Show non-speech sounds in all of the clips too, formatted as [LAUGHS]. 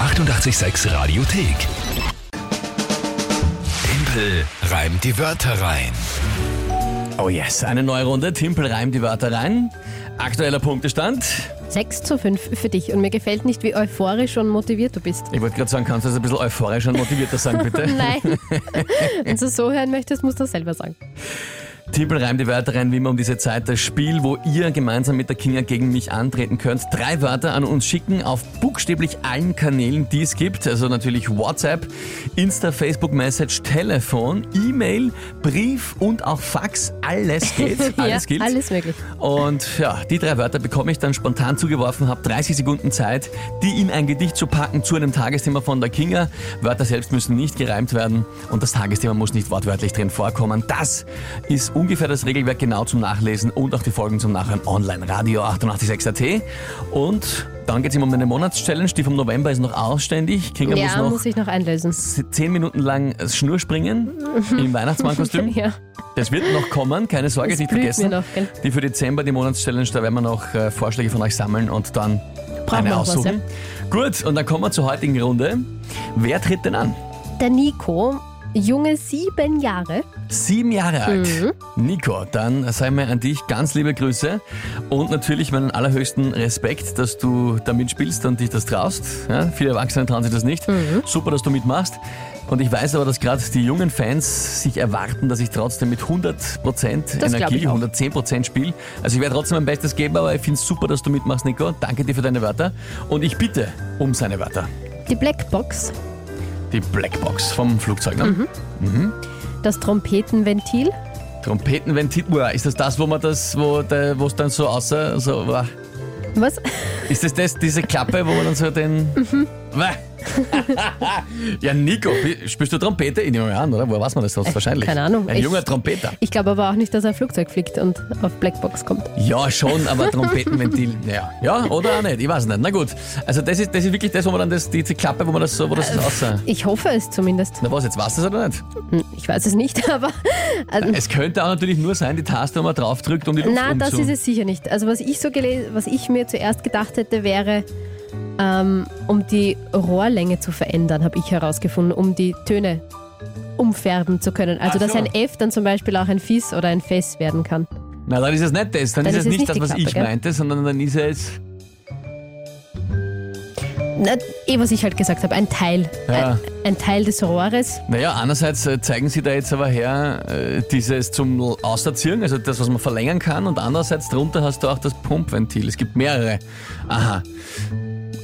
886 Radiothek. Tempel reimt die Wörter rein. Oh yes, eine neue Runde. Timpel reimt die Wörter rein. Aktueller Punktestand. 6 zu 5 für dich und mir gefällt nicht, wie euphorisch und motiviert du bist. Ich wollte gerade sagen, kannst du das ein bisschen euphorischer und motivierter sagen, bitte? [LAUGHS] Nein. [LAUGHS] Wenn du so hören möchtest, musst du selber sagen. Timpel reimt die Wörter rein, wie immer um diese Zeit. Das Spiel, wo ihr gemeinsam mit der Kinga gegen mich antreten könnt. Drei Wörter an uns schicken auf buchstäblich allen Kanälen, die es gibt. Also natürlich WhatsApp, Insta, Facebook Message, Telefon, E-Mail, Brief und auch Fax. Alles geht. Alles [LAUGHS] ja, gilt. alles möglich. Und ja, die drei Wörter bekomme ich dann spontan zugeworfen, habe 30 Sekunden Zeit, die in ein Gedicht zu packen zu einem Tagesthema von der Kinga. Wörter selbst müssen nicht gereimt werden und das Tagesthema muss nicht wortwörtlich drin vorkommen. Das ist ungefähr das Regelwerk genau zum Nachlesen und auch die Folgen zum Nachhören online. Radio 886.at und dann geht es immer um eine Monatschallenge, die vom November ist noch ausständig. Kinga ja, muss muss ich noch einlösen. noch 10 Minuten lang [LAUGHS] Schnurspringen im Weihnachtsmannkostüm. Ja, Das wird noch kommen, keine Sorge, Das nicht blüht vergessen. mir noch, gell? Die für Dezember, die Monatschallenge, da werden wir noch äh, Vorschläge von euch sammeln und dann Brauchen eine wir auch was, aussuchen. Gut, und dann kommen wir zur heutigen Runde. Wer tritt denn an? Der Nico, junge sieben Jahre. Sieben Jahre alt. Mhm. Nico, dann sei mir an dich ganz liebe Grüße und natürlich meinen allerhöchsten Respekt, dass du da mitspielst und dich das traust. Ja, viele Erwachsene trauen sich das nicht. Mhm. Super, dass du mitmachst. Und ich weiß aber, dass gerade die jungen Fans sich erwarten, dass ich trotzdem mit 100% Das glaub Energie, ich auch. 110% spiele. Also ich werde trotzdem mein Bestes geben, aber ich finde es super, dass du mitmachst, Nico. Danke dir für deine Wörter und ich bitte um seine Wörter. Die Blackbox, Die Blackbox vom Flugzeug. Mhm. Ne? das Trompetenventil, Trompetenventil, uah, ist das das, wo man das, wo der- wo es dann so aussah, so, uah. was? ist das das, diese Klappe, wo man dann so den, Mhm. Uah. [LAUGHS] ja Nico, wie- spielst du Trompete? Ich nehme mal an, oder? Woher weiß man das sonst wahrscheinlich? keine Ahnung. Ein Ich- junger Trompeter. Ich glaube aber auch nicht, dass er Flugzeug fliegt und auf Blackbox kommt. Ja, schon, aber Trompetenventil, [LAUGHS] ja. Ja, oder auch nicht, ich weiß nicht. Na gut, also das ist, das ist wirklich das, wo man dann das, diese Klappe, wo man das so, wo Äh, das aussah. Ich hoffe es zumindest. Na was, jetzt weißt du es oder nicht? Ich weiß es nicht, [LAUGHS] aber also, Es könnte auch natürlich nur sein, die Taste, wo man draufdrückt, um die Luft Na, das umzu- ist es sicher nicht. Also was ich so gelesen, was ich mir zuerst gedacht hätte, wäre, ähm, um die Rohrlänge zu verändern, habe ich herausgefunden, um die Töne umfärben zu können. Also Ach so. dass ein F dann zum Beispiel auch ein Fis oder ein Fes werden kann. Na, dann ist es nicht das. Dann, ist es nicht das, die was ich Klappe, gell? meinte, sondern dann ist es. Na, eh, was ich halt gesagt habe, ein Teil. Ja. Ein, ein Teil des Rohres. Naja, einerseits äh, zeigen sie da jetzt aber her äh, dieses zum Auserziehen, also das, was man verlängern kann, und andererseits drunter hast du auch das Pumpventil. Es gibt mehrere. Aha.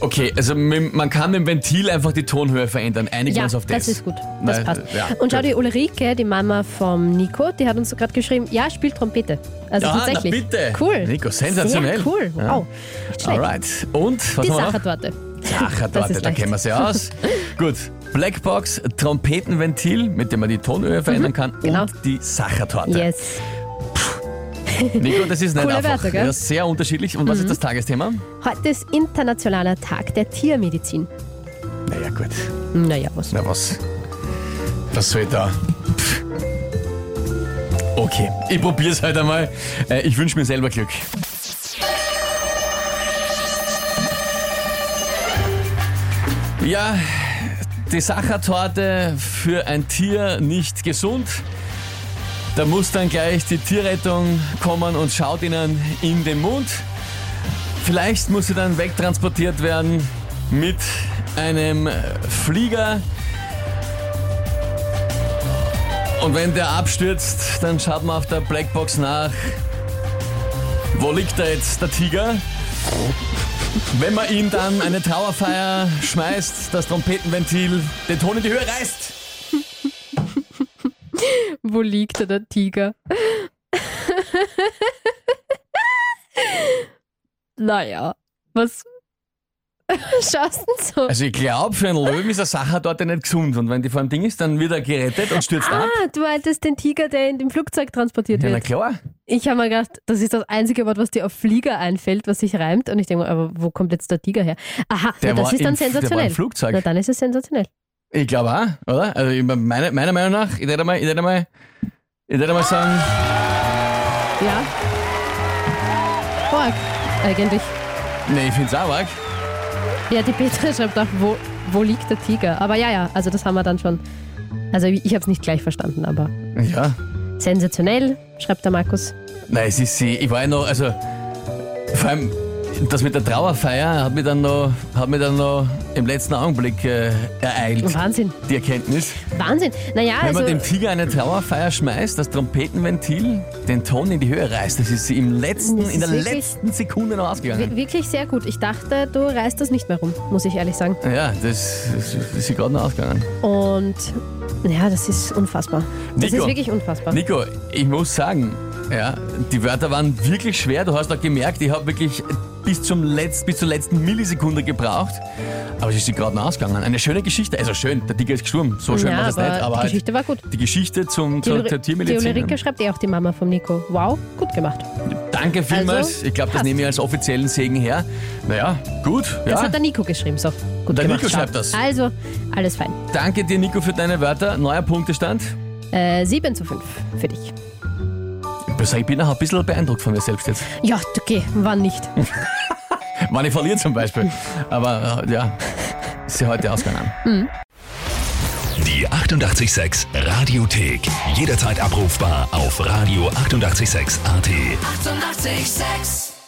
Okay, also mit, man kann mit dem Ventil einfach die Tonhöhe verändern. Einigen wir Ja, uns auf das. ist gut. Das Na, passt. ja, Und schau, gut. die Ulrike, die Mama vom Nico, die hat uns so gerade geschrieben, ja, spielt Trompete. Also Ja, na tatsächlich. bitte. Cool. Nico, sensationell. Sehr cool. Ja. Wow. Nicht schlecht. Alright. Und was Die haben wir noch? Sachertorte. Das Sachertorte, ist da leicht. kennen wir sie [LAUGHS] aus. Gut, Blackbox, Trompetenventil, mit dem man die Tonhöhe verändern kann, genau. und die Sachertorte. Yes. Nico, das ist nicht Coole einfach. Wörter, gell? Mhm. Ja, sehr unterschiedlich. Und was ist das Tagesthema? Heute ist Internationaler Tag der Tiermedizin. Naja, gut. Naja, was? Na was? Was soll da? Pff. Okay, ich probiere es halt einmal. Äh, Ich wünsche mir selber Glück. Ja, die Sachertorte für ein Tier nicht gesund. Da muss dann gleich die Tierrettung kommen und schaut ihnen in den Mund. Vielleicht muss sie dann wegtransportiert werden mit einem äh, Flieger. Und wenn der abstürzt, dann schaut man auf der Blackbox nach. Wo liegt da jetzt der Tiger? Wenn man ihn dann eine Trauerfeier schmeißt, das Trompetenventil den Ton in die Höhe reißt. Wo liegt da der Tiger? naja, was? [LAUGHS] Schaust denn so? Also ich glaube, für einen Löwen ist der Sacher dort nicht gesund. Und wenn die vor dem Ding ist, dann wird er gerettet und stürzt ab. Ah, du meintest den Tiger, der in dem Flugzeug transportiert Ja, na wird. klar. Ich habe mir gedacht, das ist das einzige Wort, was dir auf Flieger einfällt, was sich reimt. Und ich denke mir, aber wo kommt jetzt der Tiger her? Aha, Der na, das war ist dann im, Der war sensationell. im Flugzeug. Na, dann ist es sensationell. Ich glaube auch, oder? Also ich mein- meine, meiner Meinung nach, ich würde mal, ich würde mal, ich würde mal sagen, Ja. Org, eigentlich. nee, ich finde es auch arg. Ja, die Petra [LAUGHS] schreibt auch, wo, wo liegt der Tiger? Aber ja, ja, also das haben wir dann schon. Also ich, ich habe es nicht gleich verstanden, aber Ja. sensationell, schreibt der Markus. Nein, es ist sie. Ich war ja noch, also vor allem das mit der Trauerfeier hat mir dann noch, hat mir dann noch im letzten Augenblick äh, ereilt, Wahnsinn, die Erkenntnis. Wahnsinn. Naja, Wenn also man dem Tiger eine Trauerfeier schmeißt, das Trompetenventil den Ton in die Höhe reißt, das ist sie im letzten, Das ist in der wirklich- letzten Sekunde noch ausgegangen. wi- wirklich sehr gut. Ich dachte, du reißt das nicht mehr rum, muss ich ehrlich sagen. Ja, das, das ist sie gerade noch ausgegangen. Und ja, das ist unfassbar. Das Nico. ist wirklich unfassbar. Nico, ich muss sagen, ja, die Wörter waren wirklich schwer. Du hast auch gemerkt, ich habe wirklich bis, zum Letz-, bis zur letzten Millisekunde gebraucht. Aber es ist sie gerade noch ausgegangen. Eine schöne Geschichte. Also schön, der Tiger ist gestorben. So schön war ja, das nicht. Aber die halt Geschichte war gut. die Geschichte zum, Die zur, Ulri- zur die Ulrike Tiermedizin. schreibt eh auch die Mama von Nico. Wow, gut gemacht. Danke vielmals. Also, ich glaube, das passt. nehme ich als offiziellen Segen her. Naja, gut. Das Ja. hat der Nico geschrieben. So, gut Der gemacht. Nico Schau. schreibt das. Also, alles fein. Danke dir, Nico, für deine Wörter. Neuer Punktestand. Äh, 7 zu 5 für dich. Also, Ich bin auch ein bisschen beeindruckt von mir selbst jetzt. Ja, okay, wann nicht? Wann ich verliere zum Beispiel. Aber äh, ja, ist ja heute ausgegangen. Die 886 Radiothek. Jederzeit abrufbar auf radio886.at. 886! 886. 886